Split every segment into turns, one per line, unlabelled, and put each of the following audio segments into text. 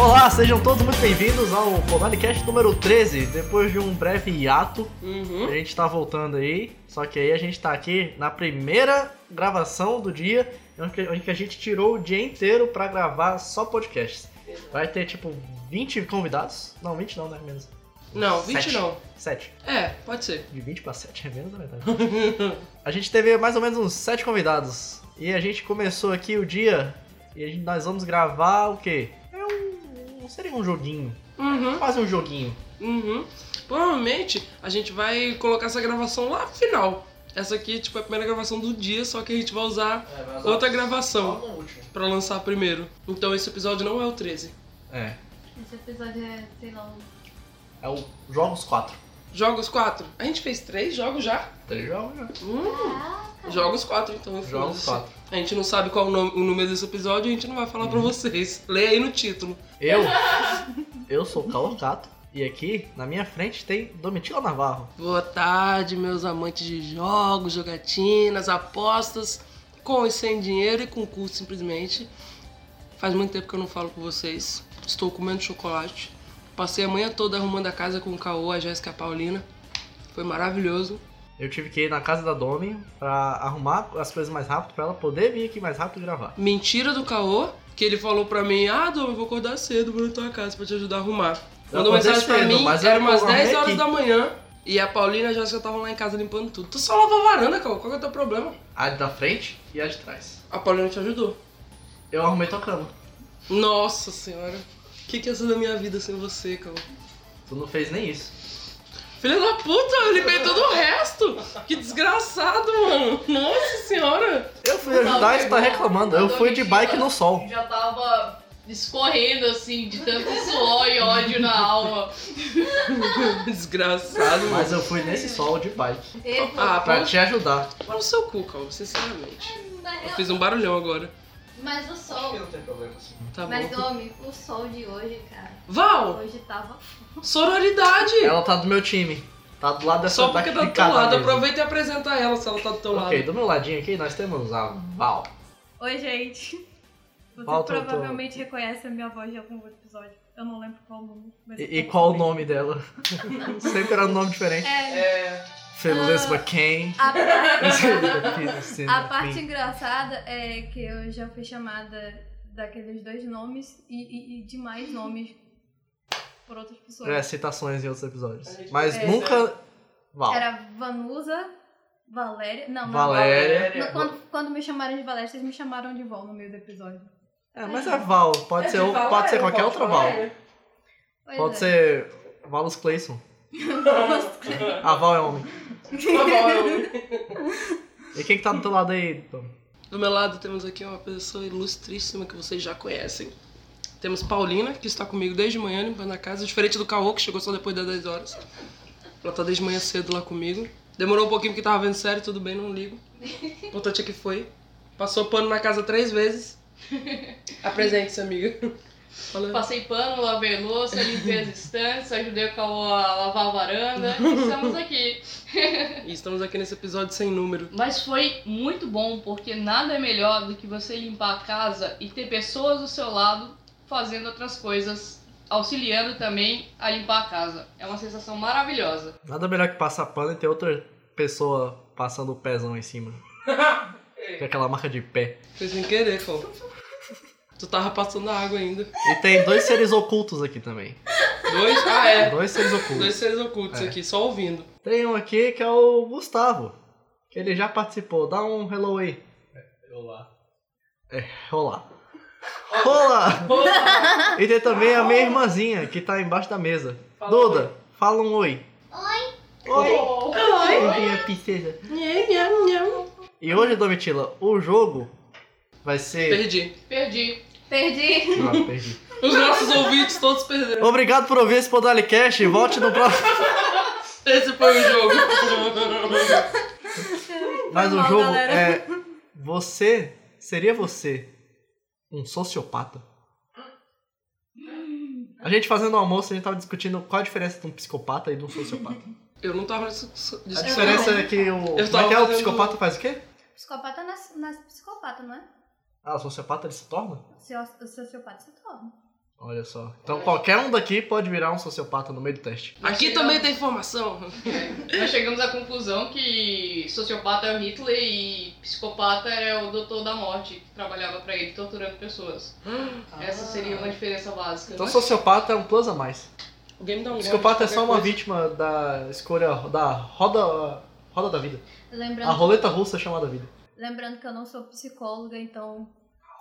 Olá, sejam todos muito bem-vindos ao Comadcast número 13. Depois de um breve hiato,
Uhum.
a gente tá voltando aí. Só que aí a gente tá aqui na primeira gravação do dia, onde que- onde que a gente tirou o dia inteiro pra gravar só podcasts. Vai ter tipo 20 convidados? Não, 20 não, né? Menos.
Não, 20
Sete.
não.
7.
É, pode ser.
De 20 pra 7 é menos da metade. A gente teve mais ou menos uns sete convidados. E a gente começou aqui o dia e a gente- nós vamos gravar o quê? É um. não Seria um joguinho.
uhum,
Quase um joguinho.
uhum. Provavelmente a gente vai colocar essa gravação lá no final. Essa aqui, tipo, é a primeira gravação do dia, só que a gente vai usar outra gravação pra lançar primeiro. Então esse episódio não é o 13.
É.
Esse episódio é, sei lá, um...
É o Jogos 4.
Jogos 4. A gente fez três jogos já?
Três jogos, né?
Hum,
Ah.
Caraca!
jogos 4, então.
Jogos
foda-se.
4.
A gente não sabe qual o, nome- o número desse episódio, a gente não vai falar
Uhum.
pra vocês. Leia aí no título.
Eu. Eu sou o Calocato. E aqui, na minha frente, tem Domitila Navarro.
Boa tarde, meus amantes de jogos, jogatinas, apostas, com e sem dinheiro e com curso simplesmente. Faz muito tempo que eu não falo com vocês. Estou comendo chocolate. Passei a manhã toda arrumando a casa com o Caô, a Jéssica e a Paulina. Foi maravilhoso.
Eu tive que ir na casa da Domi pra arrumar as coisas mais rápido pra ela poder vir aqui mais rápido gravar.
Mentira do Caô, que ele falou pra mim: Ah, Dom, eu vou acordar cedo, vou na tua casa pra te ajudar a arrumar.
Eu
Mandou
acordei
mensagem pra
cedo,
mim,
mas eu
era umas
arrumei
10 horas
aqui.
da manhã. E a Paulina e a Jéssica estavam lá em casa limpando tudo. Tu só lavou a varanda, Caô, qual que é o teu problema?
A da frente e a de trás.
A Paulina te ajudou.
Eu arrumei tua cama.
Nossa senhora. O que, que ia ser da minha vida sem você, cara?
Tu não fez nem isso.
Filha da puta, eu limpei todo o resto. Que desgraçado, mano. Nossa senhora.
Eu fui ajudar
é
e você tá reclamando. Eu fui de bike no sol.
Já tava escorrendo assim, de tanto suor e ódio na alma.
Desgraçado, mano.
Mas eu fui nesse sol de bike.
Ele falou,
Ah,
Pra
para,
te ajudar.
para o seu cu, Cal, sinceramente.
mas,
Eu
eu-
fiz um barulhão agora.
mas o sol,
Tá
mas
bom.
homem, o sol de hoje, cara,
Val,
hoje tava...
sororidade.
Ela tá do meu time. Tá do lado dessa
Só porque tá
daqui
do
de
teu
cada
lado.
mesa.
Aproveita e apresenta ela se ela tá do teu
Ok,
lado.
do meu ladinho aqui nós temos a Val.
Oi, gente. Você
Falta o Tom.
provavelmente reconhece a minha voz de algum outro episódio. Eu não lembro qual o nome. Mas
E, e qual o nome dela? Sempre era um nome diferente.
É,
Feliz McCain.
A, par- Ah. a parte
parte.
engraçada é que eu já fui chamada daqueles dois nomes e, e- e de mais nomes por outras pessoas.
É, citações em outros episódios.
gente
Mas
É.
nunca. Val.
Era Vanusa, Valéria... Não, não.
Valéria.
Valéria. Quando, quando me chamaram de Valéria, vocês me chamaram de Val no meio do episódio.
É, mas é Val. Pode, ser, o-
é,
pode ser qualquer outra Val.
Pois
Pode
é.
ser Valus Clayson. A Val é homem.
Tá
E quem que tá do teu lado aí, Tom?
Do meu lado temos aqui uma pessoa ilustríssima que vocês já conhecem. Temos Paulina, que está comigo desde manhã limpando a casa, diferente do Caô, que chegou só depois das 10 horas. Ela tá desde manhã cedo lá comigo. Demorou um pouquinho porque tava vendo série, tudo bem, não ligo. O importante é que foi. Passou pano na casa três vezes. Apresente-se, amiga. Fala.
Passei pano, lavei louça, limpei as estantes, ajudei o Cauã a lavar a varanda. e Estamos aqui.
E estamos aqui nesse episódio sem número.
Mas foi muito bom, porque nada é melhor do que você limpar a casa e ter pessoas do seu lado fazendo outras coisas, auxiliando também a limpar a casa. É uma sensação maravilhosa.
Nada melhor que passar pano e ter outra pessoa passando o pezão em cima. Com aquela marca de pé.
Foi sem querer, Caô. Tu tava passando a água ainda.
E tem dois seres ocultos aqui também.
Dois? Ah, é.
Dois seres
Dois
ocultos.
seres ocultos
É.
aqui, só ouvindo.
Tem um aqui que é o Gustavo. Que ele já participou. Dá um hello aí. Olá. É, olá. Olá! E tem também a minha irmãzinha que tá embaixo da mesa.
Fala
Duda, fala um oi. Oi. Oi. Minha princesa. E hoje, Domitila, o jogo vai ser.
Perdi.
Perdi.
Perdi.
Ah, perdi.
Os nossos ouvintes todos perderam.
Obrigado por ouvir esse Podalicast. Volte no próximo.
Esse foi o jogo.
Mas o
mal,
jogo
galera.
é. Você. Seria você um sociopata? A gente fazendo o almoço, a gente tava discutindo qual a diferença de um psicopata e de um sociopata.
Eu não tava nessa discussão.
A diferença é que o. Como
tava
é que é? O
fazendo-
psicopata faz o quê?
Psicopata nasce, nasce psicopata, não é?
Ah, o sociopata ele se torna?
O seu- o sociopata tá se torna.
Olha só.
É.
Então qualquer um daqui pode virar um sociopata no meio do teste.
Aqui também tem informação.
Nós chegamos à conclusão que sociopata é o Hitler e psicopata é o doutor da morte que trabalhava pra ele torturando pessoas. Essa seria uma diferença básica. né?
Então sociopata é um plus a mais.
Alguém me dá um gole de
Psicopata é só
qualquer
uma
coisa.
vítima da escolha da roda roda da vida. A
Lembrando,
roleta russa é chamada vida.
lembrando que eu não sou psicóloga, então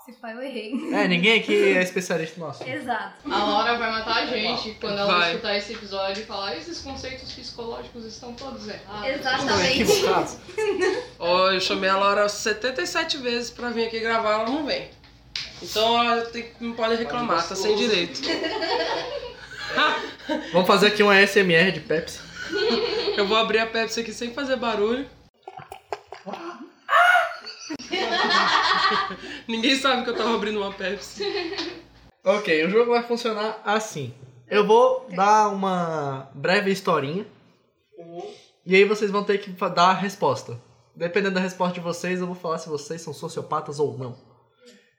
se pai eu errei.
É, ninguém aqui é especialista nosso.
Exato.
A Laura vai matar a gente quando ela
Vai.
escutar esse episódio e falar esses conceitos psicológicos estão todos errados.
Exatamente.
Equivocado.
Ó, eu chamei a Laura 77 vezes pra vir aqui gravar, ela não vem. Então ela tem- não pode reclamar, tá sem direito.
Vamos fazer aqui um ASMR de Pepsi.
Eu vou abrir a Pepsi aqui sem fazer barulho.
Ah!
Ninguém sabe que eu tava abrindo uma Pepsi.
Ok, o jogo vai funcionar assim. Eu vou dar uma breve historinha. E aí vocês vão ter que fa- dar a resposta. Dependendo da resposta de vocês, eu vou falar se vocês são sociopatas ou não.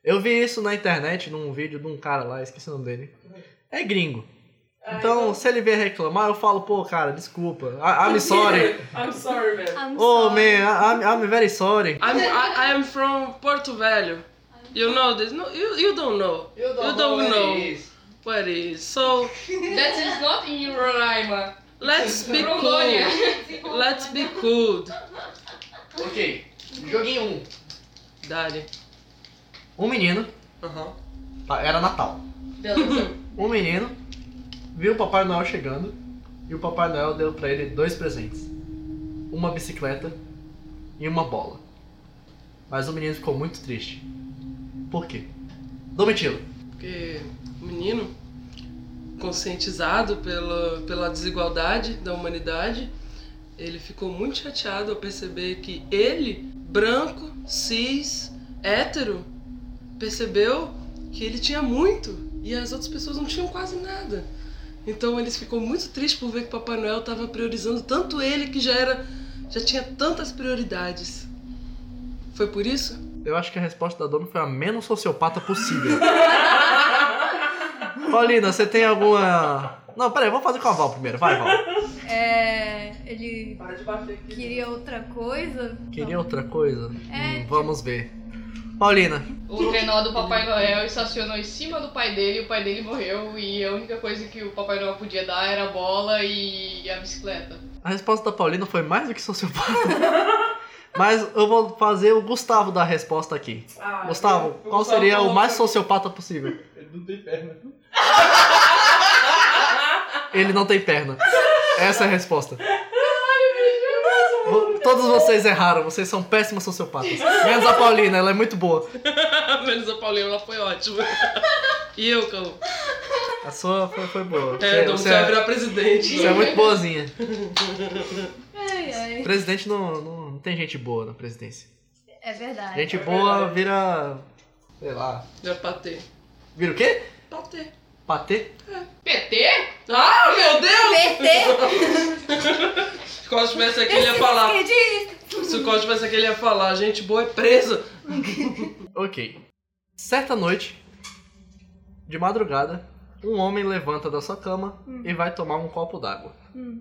Eu vi isso na internet, num vídeo de um cara lá, esqueci o nome dele. É gringo. Então, se ele vier reclamar, eu falo, pô, cara, desculpa. I- I'm sorry.
I'm sorry, velho.
I'm
Oh, man,
sorry.
I- I'm, I'm very sorry.
I'm, I, I am from Porto Velho. You know this? No, you, you don't know. You don't, know. What is. So,
That is not in Roraima.
let's be
Rondônia.
cool. Let's be cool.
Ok, joguinho 1.
Dali.
Um. um menino,
Aham.
tá, era Natal.
Beleza.
Um menino viu o Papai Noel chegando e o Papai Noel deu pra ele dois presentes: uma bicicleta e uma bola. Mas o menino ficou muito triste. Por quê? Domitilo.
Porque o menino, conscientizado pela, pela desigualdade da humanidade, ele ficou muito chateado ao perceber que ele, branco, cis, hétero, percebeu que ele tinha muito e as outras pessoas não tinham quase nada. Então ele ficou muito triste por ver que Papai Noel estava priorizando tanto ele que já era já tinha tantas prioridades. Foi por isso?
Eu acho que a resposta da dona foi a menos sociopata possível. Paulina, você tem alguma. Não, peraí, vamos fazer com a Val primeiro. Vai, Val.
É, ele
Para de bater aqui.
queria outra coisa.
Queria outra coisa?
É,
Hum, vamos ver. Paulina,
O trenó do Papai Noel estacionou em cima do pai dele e o pai dele morreu. E a única coisa que o Papai Noel podia dar era a bola e a bicicleta.
A resposta da Paulina foi mais do que sociopata. Mas eu vou fazer o Gustavo dar a resposta aqui. Gustavo, qual seria o mais sociopata possível?
Ele não tem perna.
Ele não tem perna. Essa é a resposta. Vo- Todos vocês erraram, vocês são péssimas sociopatas. Menos a Paulina, ela é muito boa.
Menos a Paulina, ela foi ótima. E eu, Cão?
A sua foi, foi boa. Você,
É, não,
você
você
é-
vai virar presidente.
você é muito boazinha. um-
Ai, ai.
Presidente não, não, não tem gente boa na presidência.
É verdade.
Gente boa vira. sei lá.
Já patê.
Vira o quê?
Patê.
Patê?
PT?
Ah, meu Deus!
PT?
Se o Costa tivesse aqui, ele ia
tá.
falar. Se o Costa tivesse aqui, ele ia falar. Gente boa é presa.
Ok. Certa noite, de madrugada, um homem levanta da sua cama e vai tomar um copo d'água.
Hum.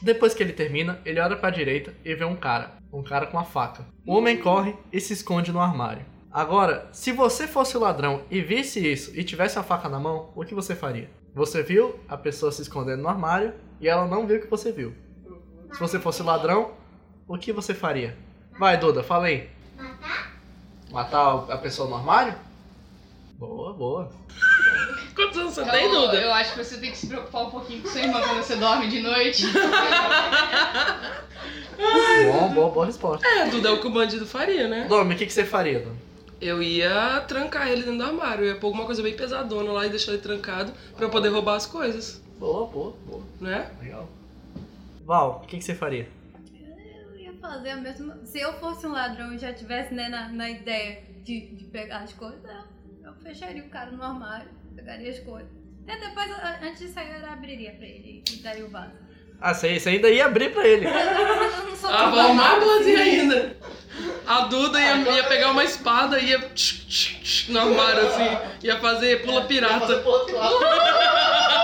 Depois que ele termina, ele olha pra direita e vê um cara. Um cara com uma faca. O homem corre e se esconde no armário. Agora, se você fosse o ladrão e visse isso e tivesse a faca na mão, o que você faria? Você viu a pessoa se escondendo no armário e ela não viu o que você viu. Se você fosse o ladrão, o que você faria? Vai, Duda, fala aí. Matar a pessoa no armário? Boa, boa.
Quantos anos você
Eu-
tem, Duda?
Então, Eu acho que você tem que se preocupar um pouquinho com sua irmã quando você dorme de noite.
Bom, boa, boa resposta.
É, Duda é o que o bandido faria, né?
Domi, o que, que você faria, Domi?
Eu ia trancar ele dentro do armário. Eu ia pôr alguma coisa bem pesadona lá e deixar ele trancado pra eu poder roubar as coisas,
Boa, boa, boa. Tá
né?
Legal. Val, o que, que você faria?
Eu ia fazer a mesma. Se eu fosse um ladrão e já tivesse né, na, na ideia de, de pegar as coisas, eu, eu fecharia o cara no É, armário, pegaria as coisas. E depois, a- antes de sair, eu abriria pra ele e daria o vaso.
Ah, você, você ainda ia abrir pra ele.
Eu não sou
Ah,
tão
vou arrumar a
banal
boazinha
assim.
ainda. A Duda ia, ia pegar uma espada e ia tch, tch, tch, no armário, assim. Ia fazer pula pirata.
pro outro lado.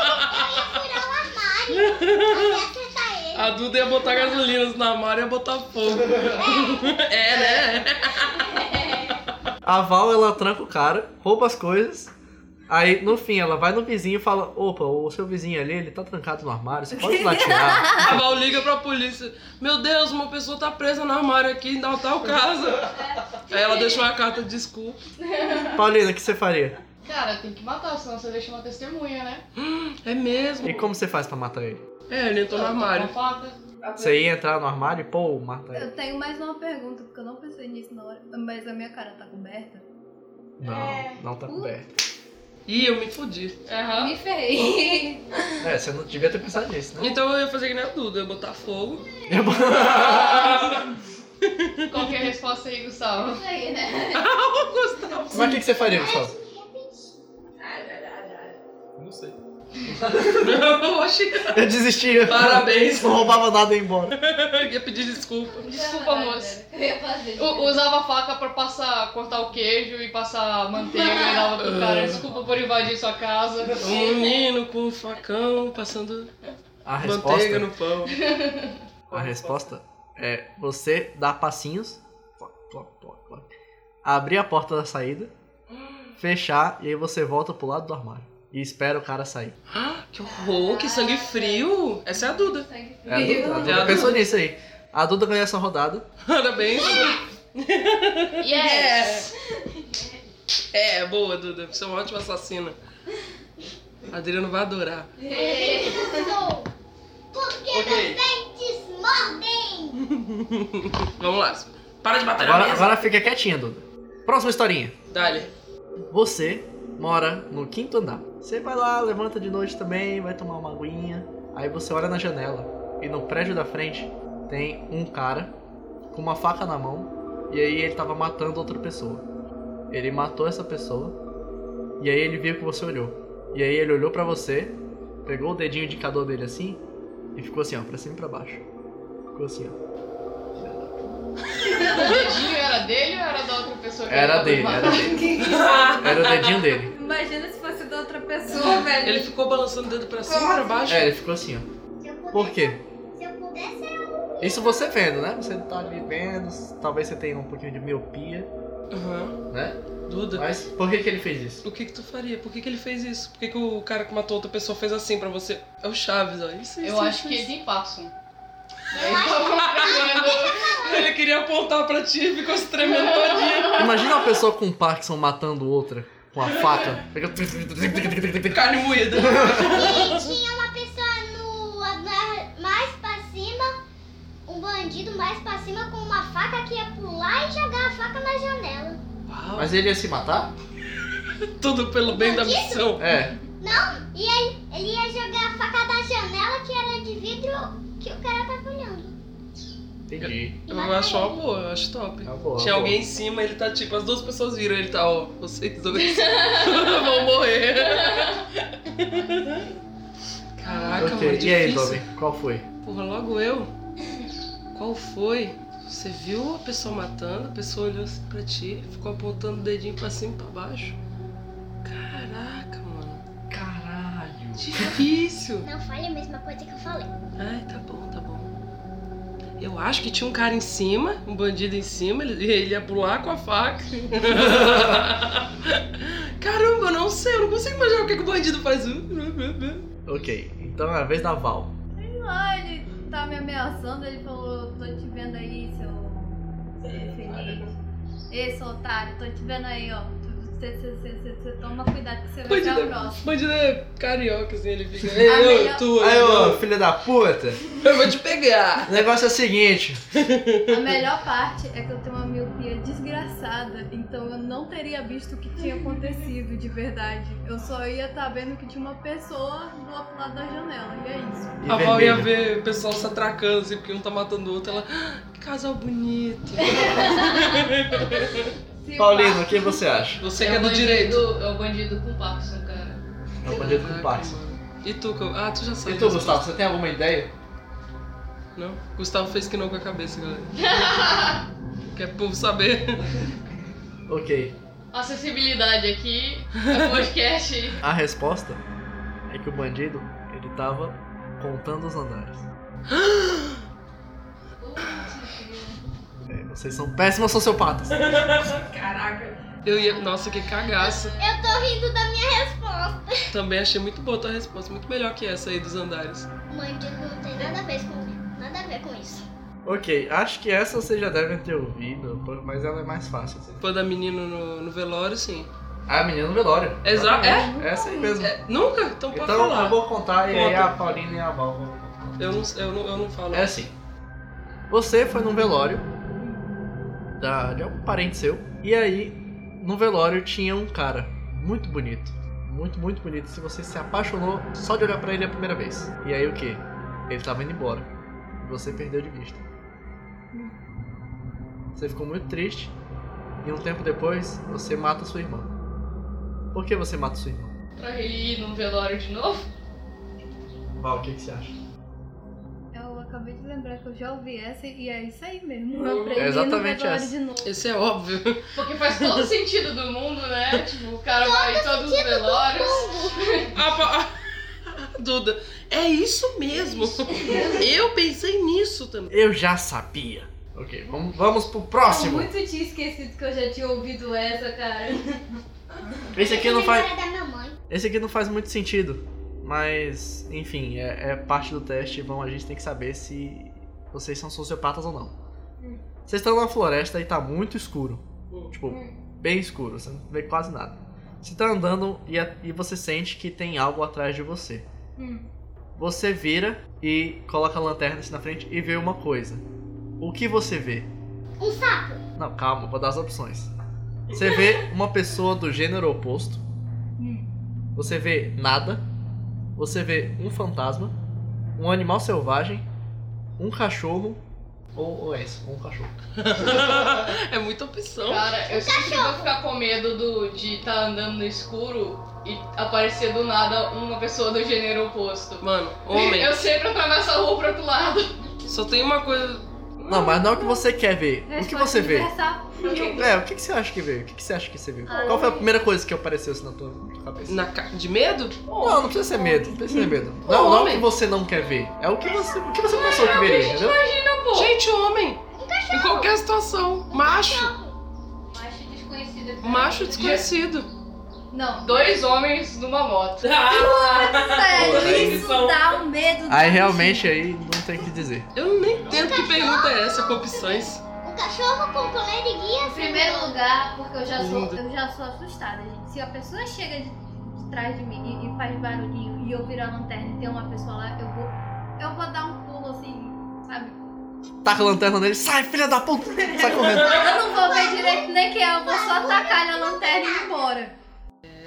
A Duda ia botar gasolina no armário e ia botar fogo. É, né?
A Val, ela tranca o cara, rouba as coisas. Aí, no fim, ela vai no vizinho e fala: Opa, o seu vizinho ali, ele tá trancado no armário, você pode ir lá tirar.
A Val liga pra polícia. Meu Deus, uma pessoa tá presa no armário aqui em tal, tal casa. Aí ela deixa uma carta de desculpa.
Paulina, o que você faria?
Cara, tem que matar, senão você deixa uma testemunha, né?
É mesmo.
E como você faz pra matar ele?
É, ele entrou no armário.
Uma faca.
Você ia entrar no armário e, pô, matar ele?
Eu tenho mais uma pergunta, porque eu não pensei nisso na hora. Mas a minha cara tá coberta.
Não, não tá coberto.
Ih, eu me fodi.
Aham.
Me ferrei.
É, você não devia ter pensado nisso, né?
Então eu ia fazer que nem a Duda, eu ia botar fogo.
Qual que é a resposta aí, Gustavo?
Isso aí, né?
Mas o que, que você faria, Gustavo?
Não sei.
Oxi,
Eu desistia.
Parabéns.
Não roubava nada e ia embora.
ia pedir desculpa.
Desculpa, moça.
Eu ia fazer.
U- usava a faca pra passar, cortar o queijo e passar manteiga e dava pro cara. Desculpa por invadir sua casa.
Um menino com um facão passando
A resposta,
manteiga no pão.
a resposta é você dar passinhos, ploc, ploc, ploc, ploc, abrir a porta da saída, fechar e aí você volta pro lado do armário e espera o cara sair.
Ah, que horror, que sangue frio. Essa é a Duda.
Sangue
É, a Duda, a
frio.
Duda
Viado.
pensou nisso aí. A Duda ganhou essa rodada.
Parabéns. Duda.
Yes!
É, boa, Duda. Você é uma ótima assassina. A Adriano vai adorar. É, Ok. Vamos lá. Para de bater na
Agora,
mesa.
agora fica quietinha, Duda. Próxima historinha.
Dale.
Você mora no quinto andar. Você vai lá, levanta de noite também, vai tomar uma aguinha. Aí você olha na janela e no prédio da frente tem um cara com uma faca na mão e aí ele tava matando outra pessoa. Ele matou essa pessoa e aí ele viu que você olhou. E aí ele olhou pra você, pegou o dedinho indicador dele assim e ficou assim, ó, pra cima e pra baixo. Ficou assim, ó.
O dedinho era dele ou era da outra pessoa? que
Era
tava
dele,
matada?
era dele. Era o dedinho dele.
Imagina se fosse da outra pessoa, velho.
Ele ficou balançando o dedo pra cima e pra baixo.
É, ele ficou assim, ó. Por quê?
Se eu pudesse,
Isso você vendo, né? Você tá ali vendo, talvez você tenha um pouquinho de miopia,
Aham.
né?
Duda.
Mas por que, que ele fez isso?
O que que tu faria? Por que que ele fez isso? Por que que o cara que matou outra pessoa fez assim pra você? É o Chaves, ó. Isso,
Eu
isso,
acho
isso,
que
isso.
eles empassam. Eles estavam pegando.
Ele queria apontar pra ti e ficou se tremendo todinho.
Imagina uma pessoa com Parkinson matando outra com a faca. Fica-
Carne moída.
e tinha uma pessoa no andar mais pra cima, um bandido mais pra cima com uma faca que ia pular e jogar a faca na janela.
Uau.
Mas ele ia se matar?
Tudo pelo bem da missão.
É.
E ele, ele ia jogar a faca da janela que era de vidro que o cara tá tava olhando.
Entendi.
Eu acho uma boa, eu acho top.
Tá bom.
Tinha
tá bom.
alguém em cima, ele tá tipo, as duas pessoas viram, ele tá, ó, vocês dois vão morrer. Caraca,
Ok,
mano,
E aí,
difícil.
Dobby, qual foi?
Porra, logo eu? Qual foi? Você viu a pessoa matando, a pessoa olhou assim pra ti, ficou apontando o dedinho pra cima e pra baixo. Caraca, mano.
Caralho.
Difícil.
Não fale a mesma coisa que eu falei.
Ai, tá bom, tá bom. Eu acho que tinha um cara em cima, um bandido em cima, ele, ele ia pular com a faca. Caramba, eu não sei, eu não consigo imaginar o que, que o bandido faz.
Ok, então é a vez da Val.
Sei lá, ele tá me ameaçando, ele falou, tô te vendo aí, seu, seu feliz. Ei, seu otário, tô te vendo aí, ó. Você toma cuidado que você vai ser o
Bandido,
próximo.
bandido é carioca, assim, ele fica.
A
Ei, ô,
melhor-
tu,
Aí,
eu,
ô, filha da puta,
eu vou te pegar.
o negócio é o seguinte.
A melhor parte é que eu tenho uma miopia desgraçada, então eu não teria visto o que tinha acontecido de verdade. Eu só ia estar vendo que tinha uma pessoa do outro lado da janela, e é isso.
E
A Val ia
vermelho.
ver o pessoal se atracando, assim, porque um tá matando o outro. Ela, "Ah, que casal bonito.
Se
Paulino, o que você acha?
Você
É
que é
o
do
bandido-
direito.
É o bandido com Parkinson, cara.
É um bandido com
Caraca,
Parkinson.
mano. E tu, Cam- ah, tu já sabe.
E tu, Gustavo, você tem alguma ideia?
Não? Gustavo fez que não com a cabeça, galera. Quer povo saber.
Ok.
Acessibilidade aqui, é podcast.
A resposta é que o bandido, ele tava contando os andares. É, vocês são péssimos sociopatas.
Caraca.
Eu ia. Nossa, que cagaço.
Eu tô rindo da minha resposta.
Também achei muito boa a tua resposta. Muito melhor que essa aí dos andares.
Mãe, Deus não tem nada a ver com nada a ver com isso.
Ok, acho que essa vocês já devem ter ouvido, mas ela é mais fácil. assim.
Quando a menina no, no velório, sim.
Ah, menina no velório.
Exato. É?
Essa aí mesmo.
É, Nunca? Então pode
Então
falar.
eu vou contar e aí
Conta.
a Paulina e a Val vão contar.
Eu não, eu, não, eu não falo.
É assim. Você foi num velório da- de algum parente seu. E aí, no velório tinha um cara muito bonito. Muito, muito bonito. Se você se apaixonou só de olhar pra ele a primeira vez. E aí o que? Ele tava indo embora. E você perdeu de vista. Você ficou muito triste. E um tempo depois, você mata sua irmã. Por que você mata sua irmã?
Pra ele ir no velório de novo?
Val, o que, que você acha?
Eu acabei de lembrar que eu já ouvi essa e é isso aí mesmo.
É
Eu aprendi
Hum, exatamente
no velório
essa.
de novo.
Esse é óbvio.
Porque faz todo sentido do mundo, né? Tipo, o cara vai em todos os velórios.
A pa- Duda, é isso mesmo. Eu pensei nisso também.
Eu já sabia. Ok, vamos, vamos pro próximo.
Eu muito tinha esquecido que eu já tinha ouvido essa, cara.
Esse aqui não faz,
Memória é da minha mãe.
esse aqui não faz muito sentido, mas enfim, é, é parte do teste. Vão a gente tem que saber se vocês são sociopatas ou não. Vocês estão na floresta e tá muito escuro,
Hum.
tipo bem escuro, você não vê quase nada. Você tá andando e, a- e você sente que tem algo atrás de você.
Hum.
Você vira e coloca a lanterna assim na frente e vê uma coisa. O que você vê?
Um sapo.
Não, calma, vou dar as opções. Você vê uma pessoa do gênero oposto. Você vê nada. Você vê um fantasma. Um animal selvagem. Um cachorro. Ou, ou esse, um cachorro.
É muita opção.
Cara, eu sempre vou ficar com medo do, de estar andando no escuro e aparecer do nada uma pessoa do gênero oposto.
Mano, homem,
Eu sempre atravesso a rua pro outro lado.
só tem uma coisa.
Não, mas não é o que você quer ver. O que
Resposta
você vê?
universal.
É, o que, que você acha que veio? O que, que você acha que você viu? Qual foi a primeira coisa que apareceu assim na tua cabeça?
Na ca- De medo?
Não, não precisa ser medo, não precisa ter medo. Não, não é o que
homem.
você não quer ver. É o que você, o que você pensou que veria, entendeu?
Pô,
Gente, homem. Em qualquer situação. Macho.
Macho desconhecido.
Macho desconhecido.
Não.
dois homens numa moto.
Tá,
Sério,
Aí
isso
são-
dá um medo
Aí realmente aí não tem o que dizer.
Eu nem entendo que pergunta é essa com opções.
Um cachorro com coleira e guia.
Em primeiro lugar, porque eu já sou.
Eu já sou assustada, gente. Se a pessoa chega de, de trás de mim e, e faz barulhinho e eu virar a lanterna e tem uma pessoa lá, eu vou. Eu vou dar um pulo assim, sabe?
taca a lanterna Tá nele, sai, filha da puta! Sai correndo.
Eu não vou ver direito nem quem é, eu vou só tacar na lanterna e ir embora.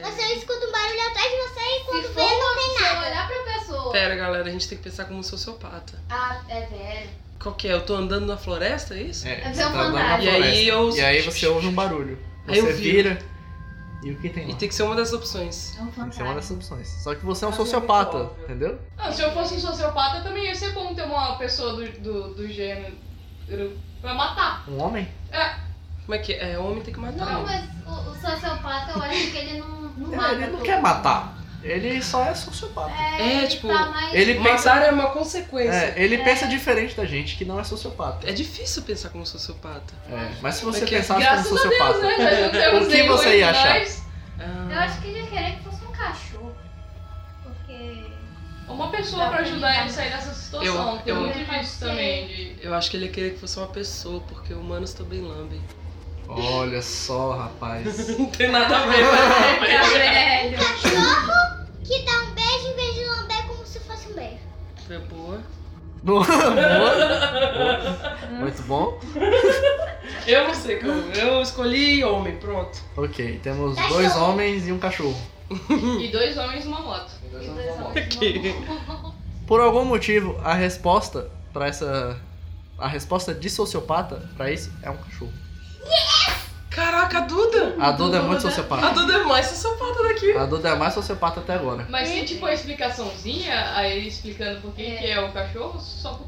Mas eu escuto um barulho atrás de você e
Se
quando
for
vê, não
uma pessoa olhar pra pessoa.
Pera, galera, a gente tem que pensar como um sociopata.
Ah, é velho.
Qual que é? Eu tô andando na floresta, é isso?
É,
É
você tá
uma
andando na
vantagem.
E
floresta.
aí eu.
E aí você ouve um barulho.
Aí eu
Você
vi.
vira. E o que tem
E
lá?
tem que ser uma das opções.
É um
Isso é uma
fantasma.
dessas opções. Só que você é um sociopata, entendeu?
Ah, se eu fosse um sociopata, também ia ser bom ter uma pessoa do, do, do gênero pra matar.
Um homem?
Como é que é? É, Homem tem que matar.
Não,
homem.
mas o, o sociopata eu acho que ele não, não mata.
É, ele não
todo
quer
mundo.
matar. Ele só é sociopata.
É,
É,
ele
tipo,
Tá mais...
Ele pensa.
Matar é uma consequência.
é, ele pensa diferente da gente, que não é sociopata.
É difícil pensar como sociopata.
É, mas se você
Porque-
pensasse como
Graças a Deus,
sociopata.
né? Nós não temos
O que
nenhum
você ia
entre
achar?
nós.
Eu
Ah,
acho que ele ia querer que fosse um cachorro. Porque.
Uma pessoa pra ajudar ele a sair dessa situação.
Eu-
Tem
eu-
muito disso também. De...
eu acho que ele ia querer que fosse uma pessoa, porque humanos também lambem.
Olha só, rapaz.
Não tem nada a ver, né?
velho.
cachorro que dá um beijo em vez de lamber como se fosse um beijo.
Foi boa.
Boa, boa. Muito bom.
Eu não sei como. Eu escolhi homem, pronto.
Ok, temos
Cachorro.
dois homens e um cachorro.
E dois homens numa moto.
Tá Que-
Por algum motivo, a resposta pra essa. A resposta de sociopata pra isso é um cachorro.
Caraca, a Duda!
A Duda é muito
A
sociopata.
Duda é mais sociopata daqui.
A Duda é mais sociopata até agora.
Mas
Uhum.
tem tipo uma explicaçãozinha, aí ele explicando por que que é. o cachorro, só por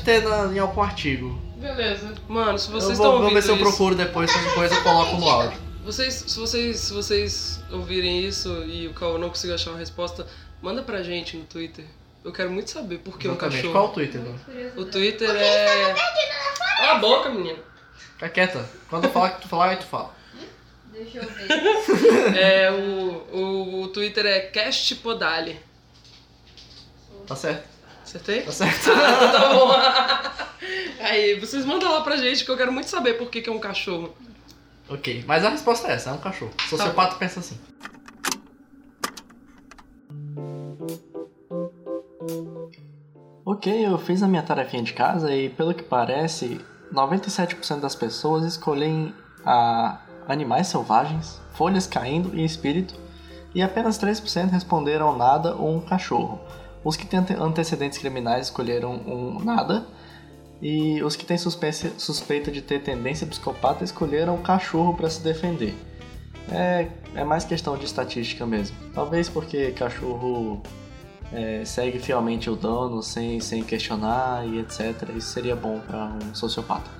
Deve ter na- em algum artigo.
Beleza.
Mano, se vocês
eu
estão
vou, vou
ouvindo
ver se eu
isso,
procuro depois, se depois eu coloco no áudio.
vocês, se vocês, se vocês ouvirem isso e o Cal não conseguir achar uma resposta, manda pra gente no Twitter. Eu quero muito saber por que um
Exatamente.
cachorro.
Qual o Twitter? né? Duda?
O Twitter é. Cala a boca, menina.
Fica quieta. Quando eu falar que tu falar, aí tu fala.
Deixa eu ver.
É o, o, o Twitter é castpodale.
Tá certo?
Acertei?
Tá certo?
Ah, tá bom. Aí, vocês mandam lá pra gente que eu quero muito saber por que, que é um cachorro.
ok. Mas a resposta é essa: é um cachorro. Sociopata pensa assim. Ok, eu fiz a minha tarefinha de casa e, pelo que parece, 97% das pessoas escolhem a animais selvagens, folhas caindo e espírito, e apenas 3% responderam nada ou um cachorro. Os que têm ante- antecedentes criminais escolheram um nada, e os que têm suspense- suspeita de ter tendência psicopata escolheram o cachorro para se defender. É, é mais questão de estatística mesmo. Talvez porque cachorro é, segue fielmente o dono sem, sem questionar e etc. Isso seria bom para um sociopata.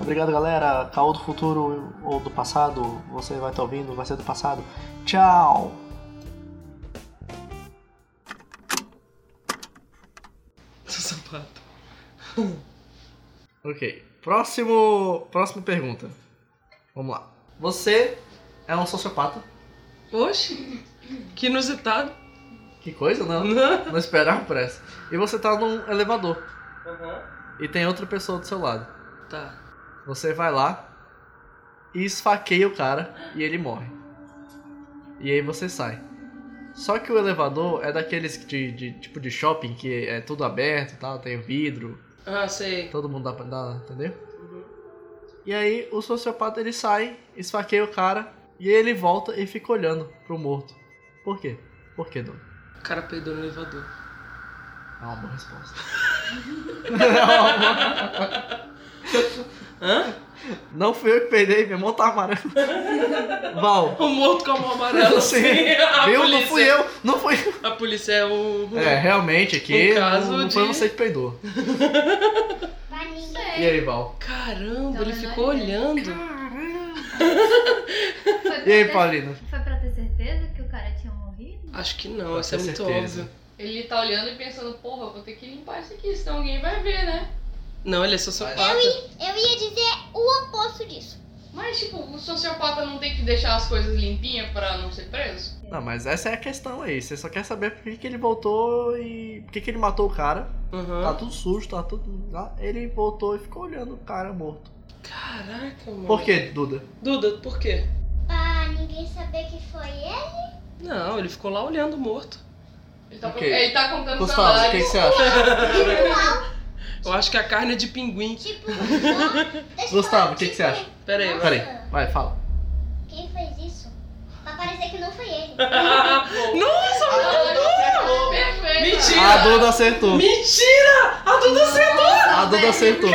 Obrigado, galera. Caô do futuro ou do passado, você vai estar ouvindo, vai ser do passado. Tchau!
Seu sapato.
Ok. Próximo, próxima pergunta. Vamos lá. Você é um sociopata?
Oxe, que inusitado.
Que coisa, né? não?
Uhum.
Não esperava por essa. E você tá num elevador e tem outra pessoa do seu lado.
Tá.
Você vai lá e esfaqueia o cara e ele morre. E aí você sai. Só que o elevador é daqueles de, de- tipo de shopping que é tudo aberto e tal, tem vidro,
Ah, sei.
todo mundo dá pra dar, entendeu? E aí o sociopata ele sai, esfaqueia o cara e ele volta e fica olhando pro morto. Por quê? Por quê, Dom?
O cara peidou no elevador.
É uma boa resposta. É uma boa
Hã?
Não fui eu que peidei, meu irmão tá amarelo. Val.
O morto com a mão amarela.
Sim.
assim. A
Viu?
polícia.
Não fui eu, não fui eu.
A polícia é o.
É, realmente aqui
Um caso
não foi
de-
você que peidou.
Vaninha.
E aí, Val?
Caramba,
Então,
ele
é
ficou
nóis, né?
olhando.
Foi
E aí,
pra ter-
Paulina?
Foi pra ter certeza que o cara tinha morrido?
Acho que não,
Pra
isso é
ter
muito
certeza.
óbvio.
Ele tá olhando e pensando, porra, eu vou ter que limpar isso aqui, senão alguém vai ver, né?
Não, ele é sociopata.
Eu ia dizer o oposto disso.
Mas tipo, o sociopata não tem que deixar as coisas limpinhas pra não ser preso?
Não, mas essa é a questão aí. Você só quer saber por que, que ele voltou e. Por que, que ele matou o cara.
Uhum.
Tá tudo sujo, tá tudo. tá? Ele voltou e ficou olhando o cara morto.
Caraca, mano.
Por quê, Duda?
Duda, por quê?
Pra ninguém saber que foi ele.
Não, ele ficou lá olhando o morto.
Ele tá,
Ok.
con- ele tá contando
Gustavo, o que, que
salários.
você acha?
Eu acho que a carne é de pinguim.
Tipo, ó, deixa eu
Gustavo,
falar,
o que, que
tipo,
você acha?
Pera aí, vai.
Peraí, vai, fala.
Quem fez isso? Pra parecer que não foi ele.
Nossa,
Ah, Perfeito.
Mentira.
A Duda acertou.
mentira! A Duda acertou!
A Duda acertou.
é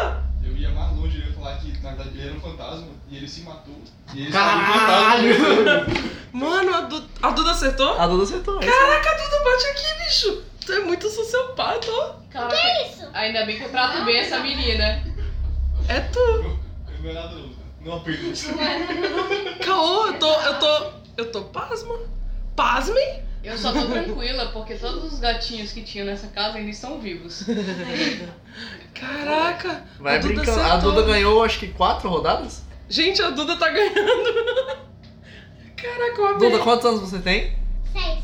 um
Eu ia mais longe, eu ia falar que na verdade ele era um fantasma e ele se matou. E ele
Caralho!
saiu fantasma.
Mano, a Duda, a Duda acertou?
A Duda acertou. é isso.
Caraca, a Duda bate aqui, bicho! Tu é muito sociopata, ó.
Caraca,
isso?
ainda bem que eu trato bem essa menina.
É tu.
Eu Não é nada não. Não apenas.
Caô, eu tô, eu tô, eu tô pasma. Pasme?
Eu só tô tranquila porque todos os gatinhos que tinham nessa casa ainda estão vivos.
Caraca.
Vai
a Duda
brincando. A
acertou.
Duda ganhou acho que quatro rodadas?
Gente, a Duda tá ganhando. Caraca, eu amei.
Duda, quantos anos você tem?
Seis.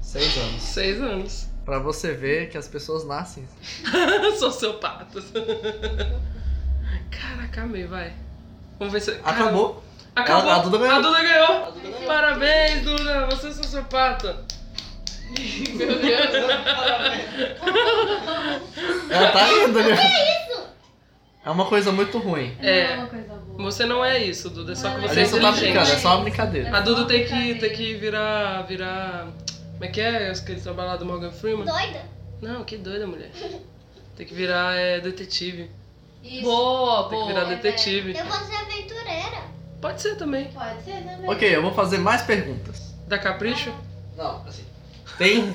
Seis anos.
Seis anos.
Pra você ver que as pessoas nascem.
Sociopatas. Caraca, amei, vai. Vamos ver se.
Acabou.
Cara, Acabou.
A- a Duda ganhou.
A Duda ganhou. Parabéns, Duda. Você é sociopata.
Meu Deus.
Ela tá rindo, né? É uma coisa muito ruim.
É.
Não é uma coisa boa.
Você não é isso, Duda. É só que
Não,
A
você é
gente só tá brincando, é
inteligente.
só uma brincadeira.
A Duda tem que, tem que virar. virar. Como é que é aquele trabalho lá do Morgan Freeman?
Doida?
Não, que doida, mulher. Tem que virar é, detetive.
Isso.
Boa,
Tem que virar
boa.
detetive.
Eu vou ser aventureira.
Pode ser também.
Pode ser né, também.
Ok, eu vou fazer mais perguntas.
Dá capricho?
Não, assim. Tem.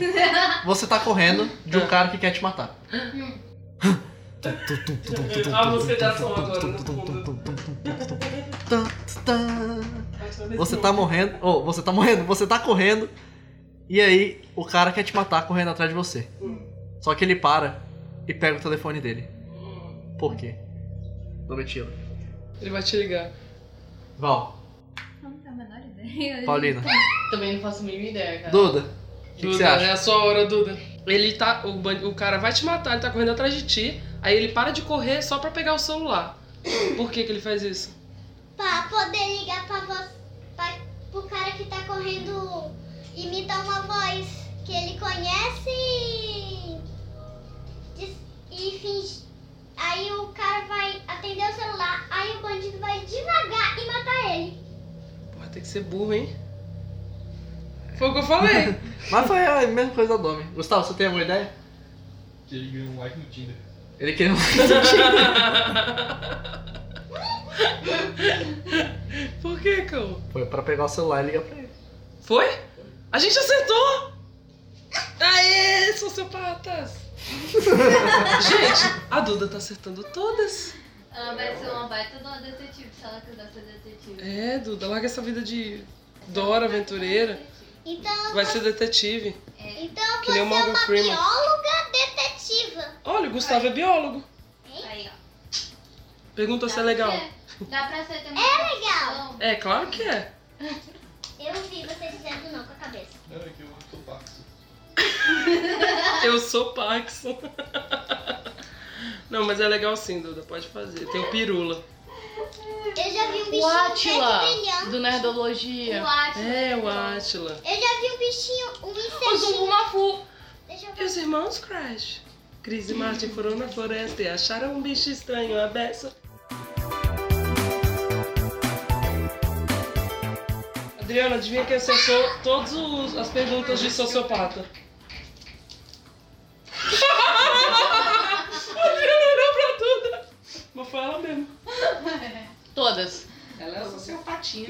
Você tá correndo de um cara que quer te matar.
A música de ação agora, no fundo.
Você tá morrendo. Ou, você tá morrendo, você tá correndo. E aí, o cara quer te matar correndo atrás de você. Só que ele para e pega o telefone dele. Por quê? Tô mentindo.
Ele vai te ligar.
Val,
Não tenho a menor ideia.
Paulina,
Também não faço a mínima ideia, cara.
Duda. O que que você
Duda,
acha?
é a sua hora, Duda. Ele tá. O, ban- o cara vai te matar, ele tá correndo atrás de ti. Aí ele para de correr só pra pegar o celular. Por que, que ele faz isso?
Pra poder ligar pra você. Pra, pro cara que tá correndo imitar uma voz que ele conhece e. diz- e finge. Aí o cara vai atender o celular, aí o bandido vai devagar e matar ele.
Porra, tem que ser burro, hein? Foi o que eu falei.
Mas foi a mesma coisa do Domi. Gustavo, você tem alguma ideia?
Que ele ganhou um like no Tinder.
Ele queria.
Por que, cão?
Foi pra pegar o celular e ligar pra ele.
Foi? A gente acertou! Aê, sociopatas! gente, a Duda tá acertando todas.
Ela Ah, vai ser uma baita de uma detetive se ela quiser ser detetive.
É, Duda, larga essa vida de Dora aventureira.
Então,
Vai ser detetive.
então eu
Que
vou
nem
ser
o Morgan
uma
Freeman.
bióloga detetiva.
Olha, o Gustavo é biólogo.
Aí, ó.
Perguntou se é
Dá
legal.
pra ser- Dá pra ser também. É
legal.
É, claro que é.
Eu vi você dizendo não com a cabeça.
Não, é que eu sou paxo.
Eu sou Paxson. Não, mas é legal sim, Duda. Pode fazer. Tem o Pirula.
Eu já vi um
O
bichinho
Átila,
brilhante.
do Nerdologia.
O Atlas.
É, o Átila.
Eu já vi um bichinho, um
O
insetinho.
Zumbu Mafu.
Deixa eu
E
ver.
os irmãos Crash? Cris e Martin foram na floresta e acharam um bicho estranho, a beça. Adriana, adivinha quem é acessou todas os- as perguntas de sociopata? A Adriana olhou pra Duda. Mas foi ela mesmo.
Todas.
Ela é sociopatinha.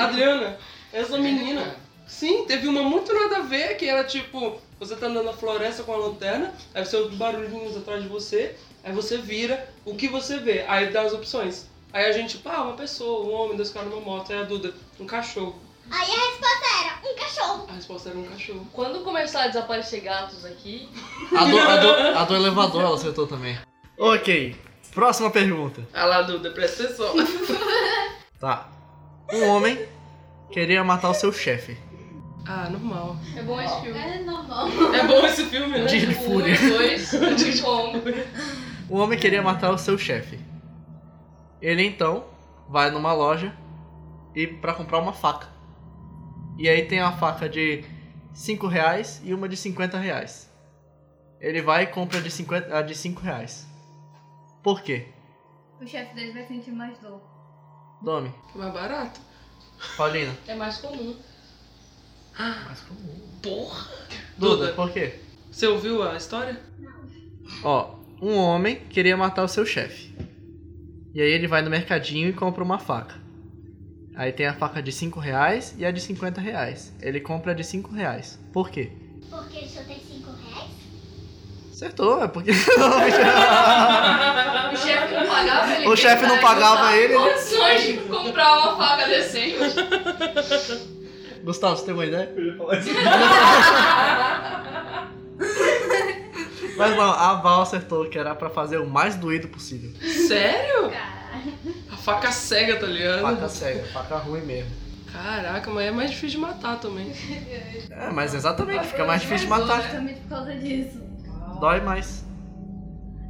Adriana, essa menina. Sim, teve uma muito nada a ver, que era tipo, você tá andando na floresta com a lanterna, aí você ouve barulhinhos atrás de você, aí você vira, o que você vê? Aí dá as opções. Aí a gente, pá, uma pessoa, um homem, dois caras, uma moto, aí a Duda, um cachorro.
Aí a resposta era um cachorro.
A resposta era um cachorro.
Quando começar a desaparecer gatos aqui,
A do, a do- a do elevador ela acertou também. Ok, próxima pergunta.
Ah lá, Duda, presta atenção.
Tá. Um homem queria matar o seu chefe.
Ah, normal.
é bom esse filme.
É normal.
É bom esse filme, né?
Dia de
O
fúria.
dois, é muito bom.
Um homem queria matar o seu chefe. Ele então vai numa loja e para comprar uma faca. E aí tem uma faca de 5 reais e uma de 50 reais. Ele vai e compra a de 50 a de 5 reais. Por quê?
O chefe dele vai sentir mais dor.
Domi,
Mais barato.
Paulina.
É mais comum.
Porra.
Duda,
Duda,
por quê?
você ouviu a história?
Ó, um homem queria matar o seu chefe. E aí ele vai no mercadinho e compra uma faca. Aí tem a faca de 5 reais e a de 50 reais. Ele compra a de 5 reais. Por quê?
Porque ele só tem cinco reais.
Acertou, é porque.
O chefe não pagava ele.
O chefe não pagava ele, né?
Condições de comprar uma faca decente.
Gustavo, você tem uma ideia?
Eu ia falar isso.
Mas não, a Val acertou que era pra fazer o mais doído possível.
Sério?
Caralho.
A faca cega, tá ligado?
Faca cega, faca ruim mesmo.
Caraca, mas é mais difícil de matar também.
É, mas exatamente, fica mais difícil de matar. né?
Justamente por causa disso.
Dói mais.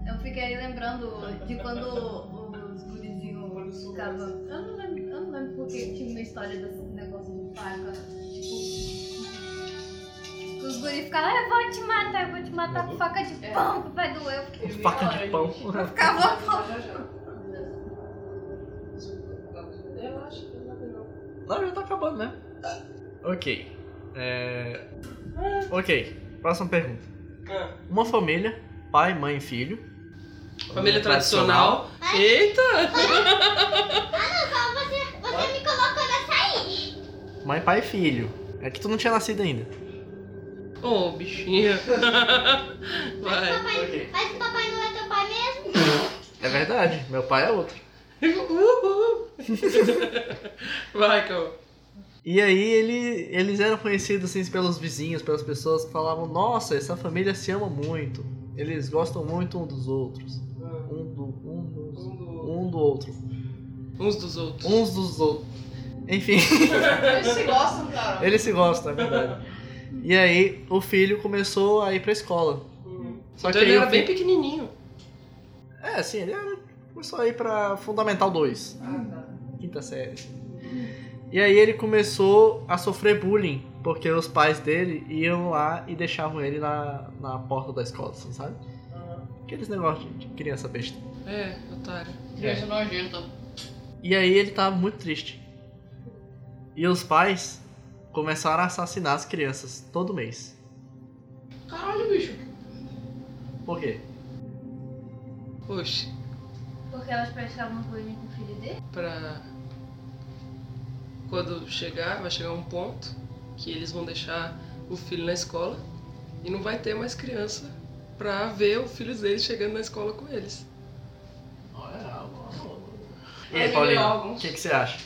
Eu fiquei lembrando de quando os gurizinhos ficavam. Eu não lembro, eu não lembro porque tinha uma história desse negócio de faca. Tipo. que Os guris ficavam, ah, eu vou te matar, eu vou te matar com faca de pão que vai doer. Eu fiquei-
Faca de pão.
Eu ficava com.
Não, já tá acabando mesmo. Ok. É... Ok, próxima pergunta. Uma família, pai, mãe e filho,
Família tradicional. Eita!
Você me colocou nessa aí.
Mãe, pai e filho. É que tu não tinha nascido ainda.
Ô, bichinha.
Mas
Vai.
papai, mas o papai não é teu pai mesmo?
É verdade, meu pai é outro.
Uhul. Vai, Cão.
E aí ele, eles eram conhecidos assim, pelos vizinhos, pelas pessoas que falavam, nossa, essa família se ama muito. Eles gostam muito um dos outros. Um do, um dos- um do outro.
Uns dos outros.
Uns dos outros. Enfim.
Eles se gostam, cara.
Ele se gosta, na verdade. E aí o filho começou a ir pra escola. Só
Então
que
ele
aí
era
o
bem
filho-
pequenininho.
É, sim, ele era... começou a ir pra Fundamental 2.
Ah, tá.
Quinta série. assim. E aí ele começou a sofrer bullying, porque os pais dele iam lá e deixavam ele na, na porta da escola, assim, sabe? Aqueles negócios de de criança besta.
É, otário.
Gente nojenta.
E aí ele tava muito triste. E os pais começaram a assassinar as crianças todo mês.
Caralho, bicho.
Por quê?
Oxe,
Porque elas
um
praticavam bullying com o filho dele?
pra. Quando chegar, vai chegar um ponto que eles vão deixar o filho na escola e não vai ter mais criança pra ver o filho deles chegando na escola com eles.
é E aí,
Pra vender
Paulinho, o
órgãos.
que, que você acha?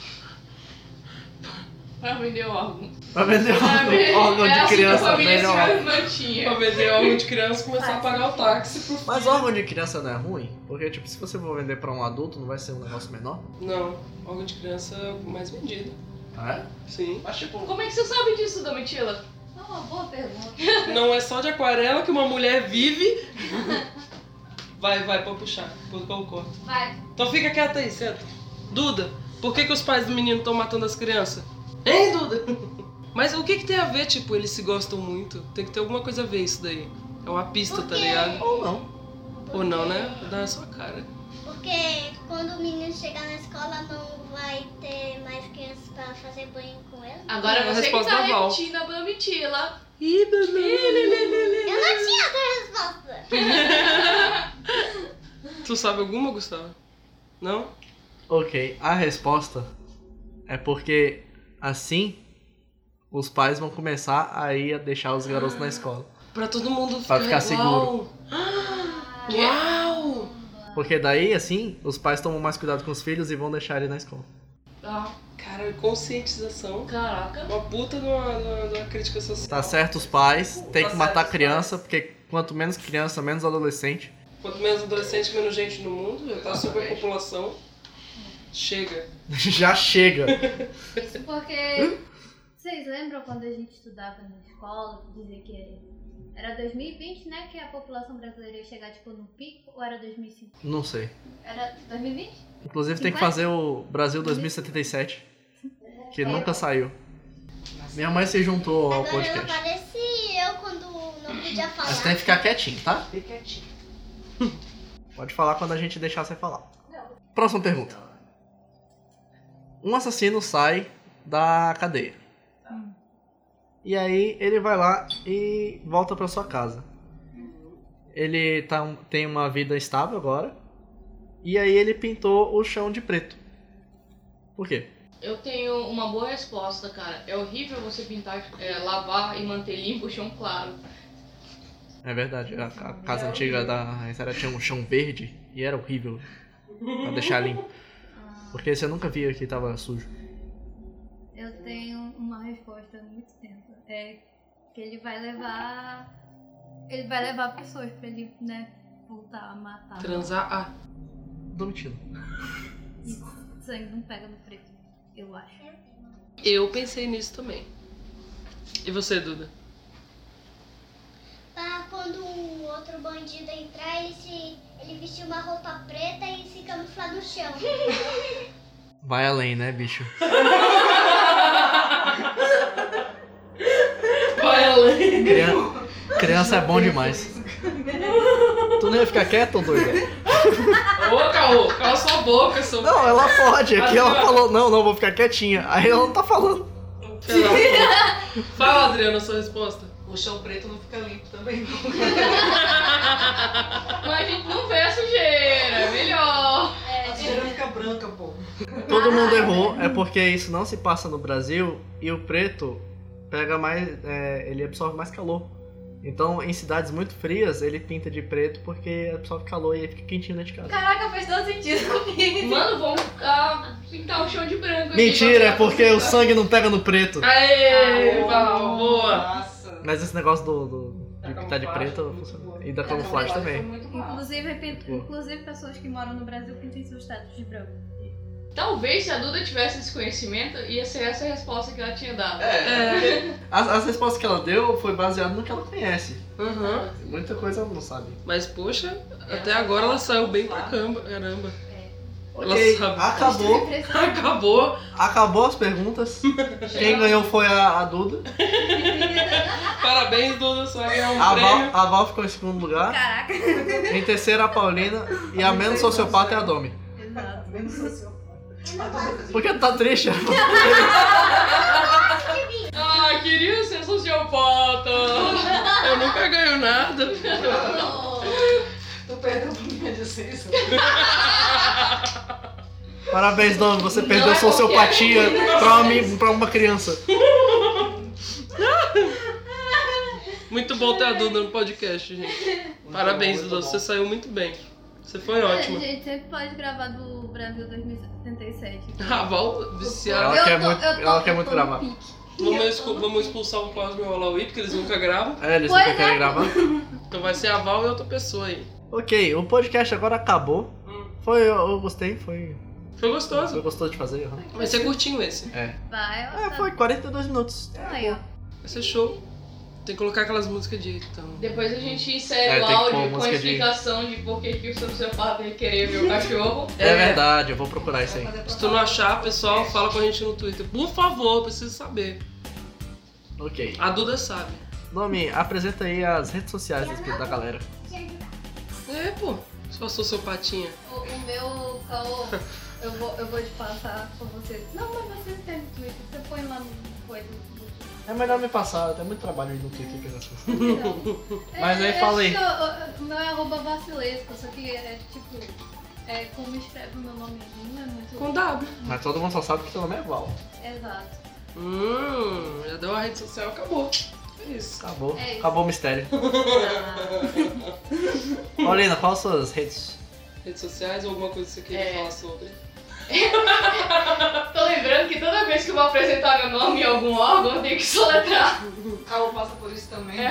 Pra vender órgão.
Pra vender
Pra vender-
órgão, órgão
é
de
assim que a
criança,
família se
melhor.
Pra
mantinha.
vender órgão um de criança e começar a pagar o táxi pro filho.
Mas órgão de criança não é ruim? Porque, tipo, se você for vender pra um adulto, não vai ser um negócio menor?
Não, órgão de criança é o mais vendido.
Ah,
Sim.
Mas tipo,
Como é que você sabe disso, Domitila?
É uma boa pergunta.
Não é só de aquarela que uma mulher vive. Vai, vai, pode puxar. Pode pôr o corte.
Vai,
Então fica quieta aí, senta. Duda, por que, que os pais do menino estão matando as crianças? Hein, Duda? Mas o que, que tem a ver, tipo, eles se gostam muito? Tem que ter alguma coisa a ver isso daí. É uma pista, tá
Por quê?
ligado?
Ou não.
Ou não, né? Dá na sua cara.
Porque quando o menino chegar na escola não vai ter mais crianças pra fazer banho com ele.
Agora
A
você que
resposta
tá
é Val.
repetindo a Domitila.
Ih, Duda.
Eu não tinha outra resposta.
Tu sabe alguma, Gustavo? Não?
Ok, a resposta é porque assim os pais vão começar a ir a deixar os garotos na escola.
Pra todo mundo
Pra
ficar,
ficar
igual. Uau!
Porque daí, assim, os pais tomam mais cuidado com os filhos e vão deixar ele na escola.
Ah,
Cara, conscientização.
caraca.
Uma puta de uma, de uma- de uma crítica social.
Tá certo os pais, tem
Tá
que
certo
matar
os
criança, porque quanto menos criança, menos adolescente.
Quanto menos adolescente, menos gente no mundo. Já tá superpopulação. Chega.
Já chega.
Isso porque. Vocês lembram quando a gente estudava na escola, dizer que era 2020, né? Que a população brasileira ia chegar tipo no pico ou era 2005?
Não sei.
Era 2020?
Inclusive tem que
Vai.
fazer o Brasil 2077, que nunca saiu. Minha mãe se juntou ao
Agora eu
podcast.
pareci eu quando não podia falar.
Você tem que ficar quietinho, tá? Pode falar quando a gente deixar você falar. Próxima pergunta. Um assassino sai da cadeia. E aí ele vai lá e volta pra sua casa. Ele tá, um- tem uma vida estável agora. E aí ele pintou o chão de preto. Por quê?
Eu tenho uma boa resposta, cara. É horrível você pintar, é, lavar e manter limpo o chão claro.
É verdade, a, a casa antiga da Raizara tinha um chão verde e era horrível pra deixar limpo.
Ah,
Porque você nunca via que tava sujo.
Eu tenho uma resposta há muito tempo. É que ele vai levar. Ele vai levar pessoas pra ele, né? Voltar a matar.
Transar ah,
Domitila.
Sangue não pega no preto, eu acho.
Eu pensei nisso também. E você, Duda?
Pra quando um outro bandido entrar, ele, se, ele vestir uma roupa preta e se camuflar no chão.
Vai além, né, bicho?
Vai além.
Crian- Criança é bom demais. Tu nem ia ficar quieto, doido?
Ô, Caô, cala sua boca, seu.
Não, ela pode. Aqui ela falou, não, não, vou ficar quietinha. Aí ela não tá falando.
Filha da puta. Fala, Adriana, a sua resposta.
O chão preto não fica limpo também, não.
Mas a gente não vê a sujeira, é melhor.
A sujeira fica branca, pô.
Todo mundo errou, é porque isso não se passa no Brasil e o preto pega mais. é, ele absorve mais calor. Então, em cidades muito frias, ele pinta de preto porque absorve calor e aí fica quentinho dentro de casa.
Caraca, fez todo sentido comigo.
Mano, vamos ah, pintar o chão de branco. aqui.
Mentira, é porque o sangue não pega no preto.
Aê,
Tá
Val, boa.
Nossa. tá
Mas esse negócio do, do- de
Da
pintar tá de
camuflagem,
preto
Tá muito É, boa.
funciona. E da
Da
camuflagem também.
foi muito massa.
Inclusive, pe- inclusive, pessoas que moram no Brasil pintam seus status de branco.
Talvez se a Duda tivesse esse conhecimento, ia ser essa a resposta que ela tinha dado.
É.
As, as respostas que ela deu foi baseado no que ela conhece.
Aham.
Muita coisa ela não sabe.
Mas, poxa, até agora ela saiu bem pra camba- caramba.
É.
Ela
Ok,
sabe.
acabou.
Acabou.
Acabou as perguntas. Quem ganhou foi a, a Duda.
Parabéns, Duda, só ganhou um
A
prêmio.
Val, a Val ficou em segundo lugar.
Caraca.
Em terceiro, a Paulina. E a menos sociopata é a Domi.
Exato.
Menos sociopata.
Por que tu tá triste?
Ah, queria ser sociopata.
Eu nunca ganho nada.
Tu perdeu pra minha licença.
Parabéns, Domi. Você perdeu
Não é
sociopatia pra uma, mi- pra uma criança.
Muito bom ter a Duda no podcast, gente. Parabéns,
bom,
Duda,
bom.
Tá
você saiu muito bem. Você
Tá?
foi
A
ótima.
gente sempre pode gravar do Brasil 2077.
A Ah, Val viciada.
Ela
Eu
quer
tô-
muito-
eu tô-
ela quer
eu
muito
tô no
gravar.
pique.
Vamos, excu- vamos expulsar o Cosmo e o Alaui, porque eles nunca gravam.
É, eles
Pois
nunca querem
é.
gravar.
Então vai ser a Val e outra pessoa aí.
Ok, o podcast agora acabou.
Hum.
Foi, eu, eu gostei, foi.
Foi gostoso.
Eu gostou de fazer? aham.
Vai ser curtinho esse.
Vai, ó,
É,
tá.
foi 42 minutos.
Aí, ó.
Vai ser show. Tem que colocar aquelas músicas de então.
Depois a gente
É,
insere
tem
o
que pôr
áudio com a
música de-
explicação de por que, que o sociopata ia é querer ver o cachorro.
É verdade, eu vou procurar isso aí.
Se tu não achar, pessoal, fala com a gente no Twitter. Por favor, preciso saber.
Ok.
A Duda sabe.
Domi, apresenta aí as redes sociais da da galera.
É, pô. Só sou seu patinha.
O, o meu caô, eu vou, eu vou te passar pra você. Não, mas você tem Twitter, você põe lá no coisa do Twitter.
É melhor me passar, tem muito trabalho aí no Twitter que eu já fiz. Mas
É,
aí
eu
fala aí.
acho que eu- eu- O meu é arroba vacilesco, só que é tipo. É como escreve o meu nomezinho, é muito.
Com W.
Mas todo mundo só sabe que seu nome é Val.
Exato.
Hum, já deu a rede social, acabou. É isso.
Acabou.
É isso.
Acabou o mistério.
Ah.
Paulina, qual as suas redes?
Redes sociais ou alguma coisa que você queira
É.
falar sobre?
Tô lembrando que toda vez que eu vou apresentar meu nome em algum órgão, eu tenho que soletrar.
Carol passa Ah, por isso também.
É.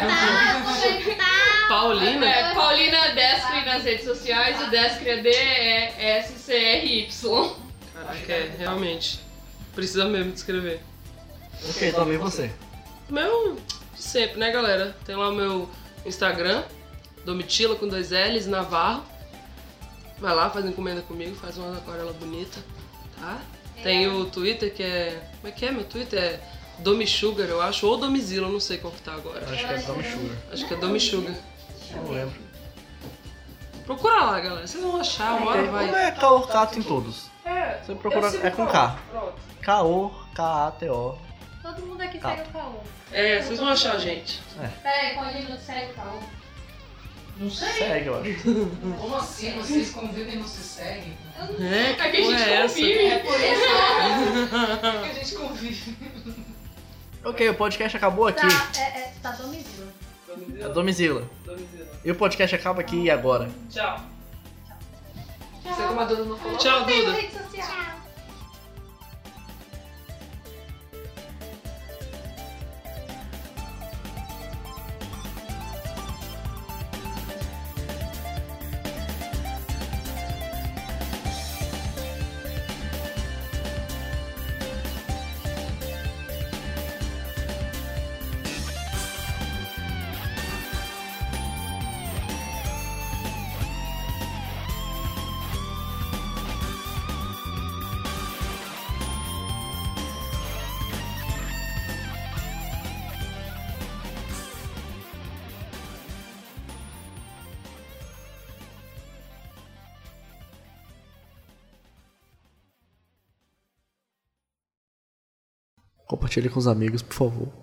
Paulina?
É, Paulina Descre nas redes sociais, o Descre é D-E-S-C-R-Y.
Caraca, é, realmente. Precisa mesmo de escrever.
Ok, Domi, você.
Meu, de sempre, né, galera? Tem lá o meu Instagram, Domitila com dois L's, Navarro. Vai lá, faz encomenda comigo, faz uma aquarela bonita, tá?
É.
Tem o Twitter que é. Como é que é? Meu Twitter é Domisugar, eu acho, ou Domizila, eu não sei qual que tá agora.
Acho que é Domi Sugar.
Acho que é Domisugar.
Não lembro.
Procura lá, galera, vocês vão achar, uma hora
Como
vai.
é Caorcato em todos?
É,
Você procura. É com K. K-O, K-A-T-O.
Todo mundo aqui
Tá.
segue o caô.
É, vocês vão achar, gente.
Peraí, qual livro segue qual?
não sei.
Segue, eu acho.
Como assim? Vocês convivem e não se seguem?
É,
É que a
porra
gente
é
confia.
É por isso que a gente convive.
Ok, o podcast acabou aqui.
Tá, é, é, tá domicílio.
É Domizila.
essa?
E o podcast acaba aqui e agora.
Tchau.
Você tá como a dona não falou?
Tchau,
Tem
Duda.
rede social.
Compartilhe com os amigos, por favor.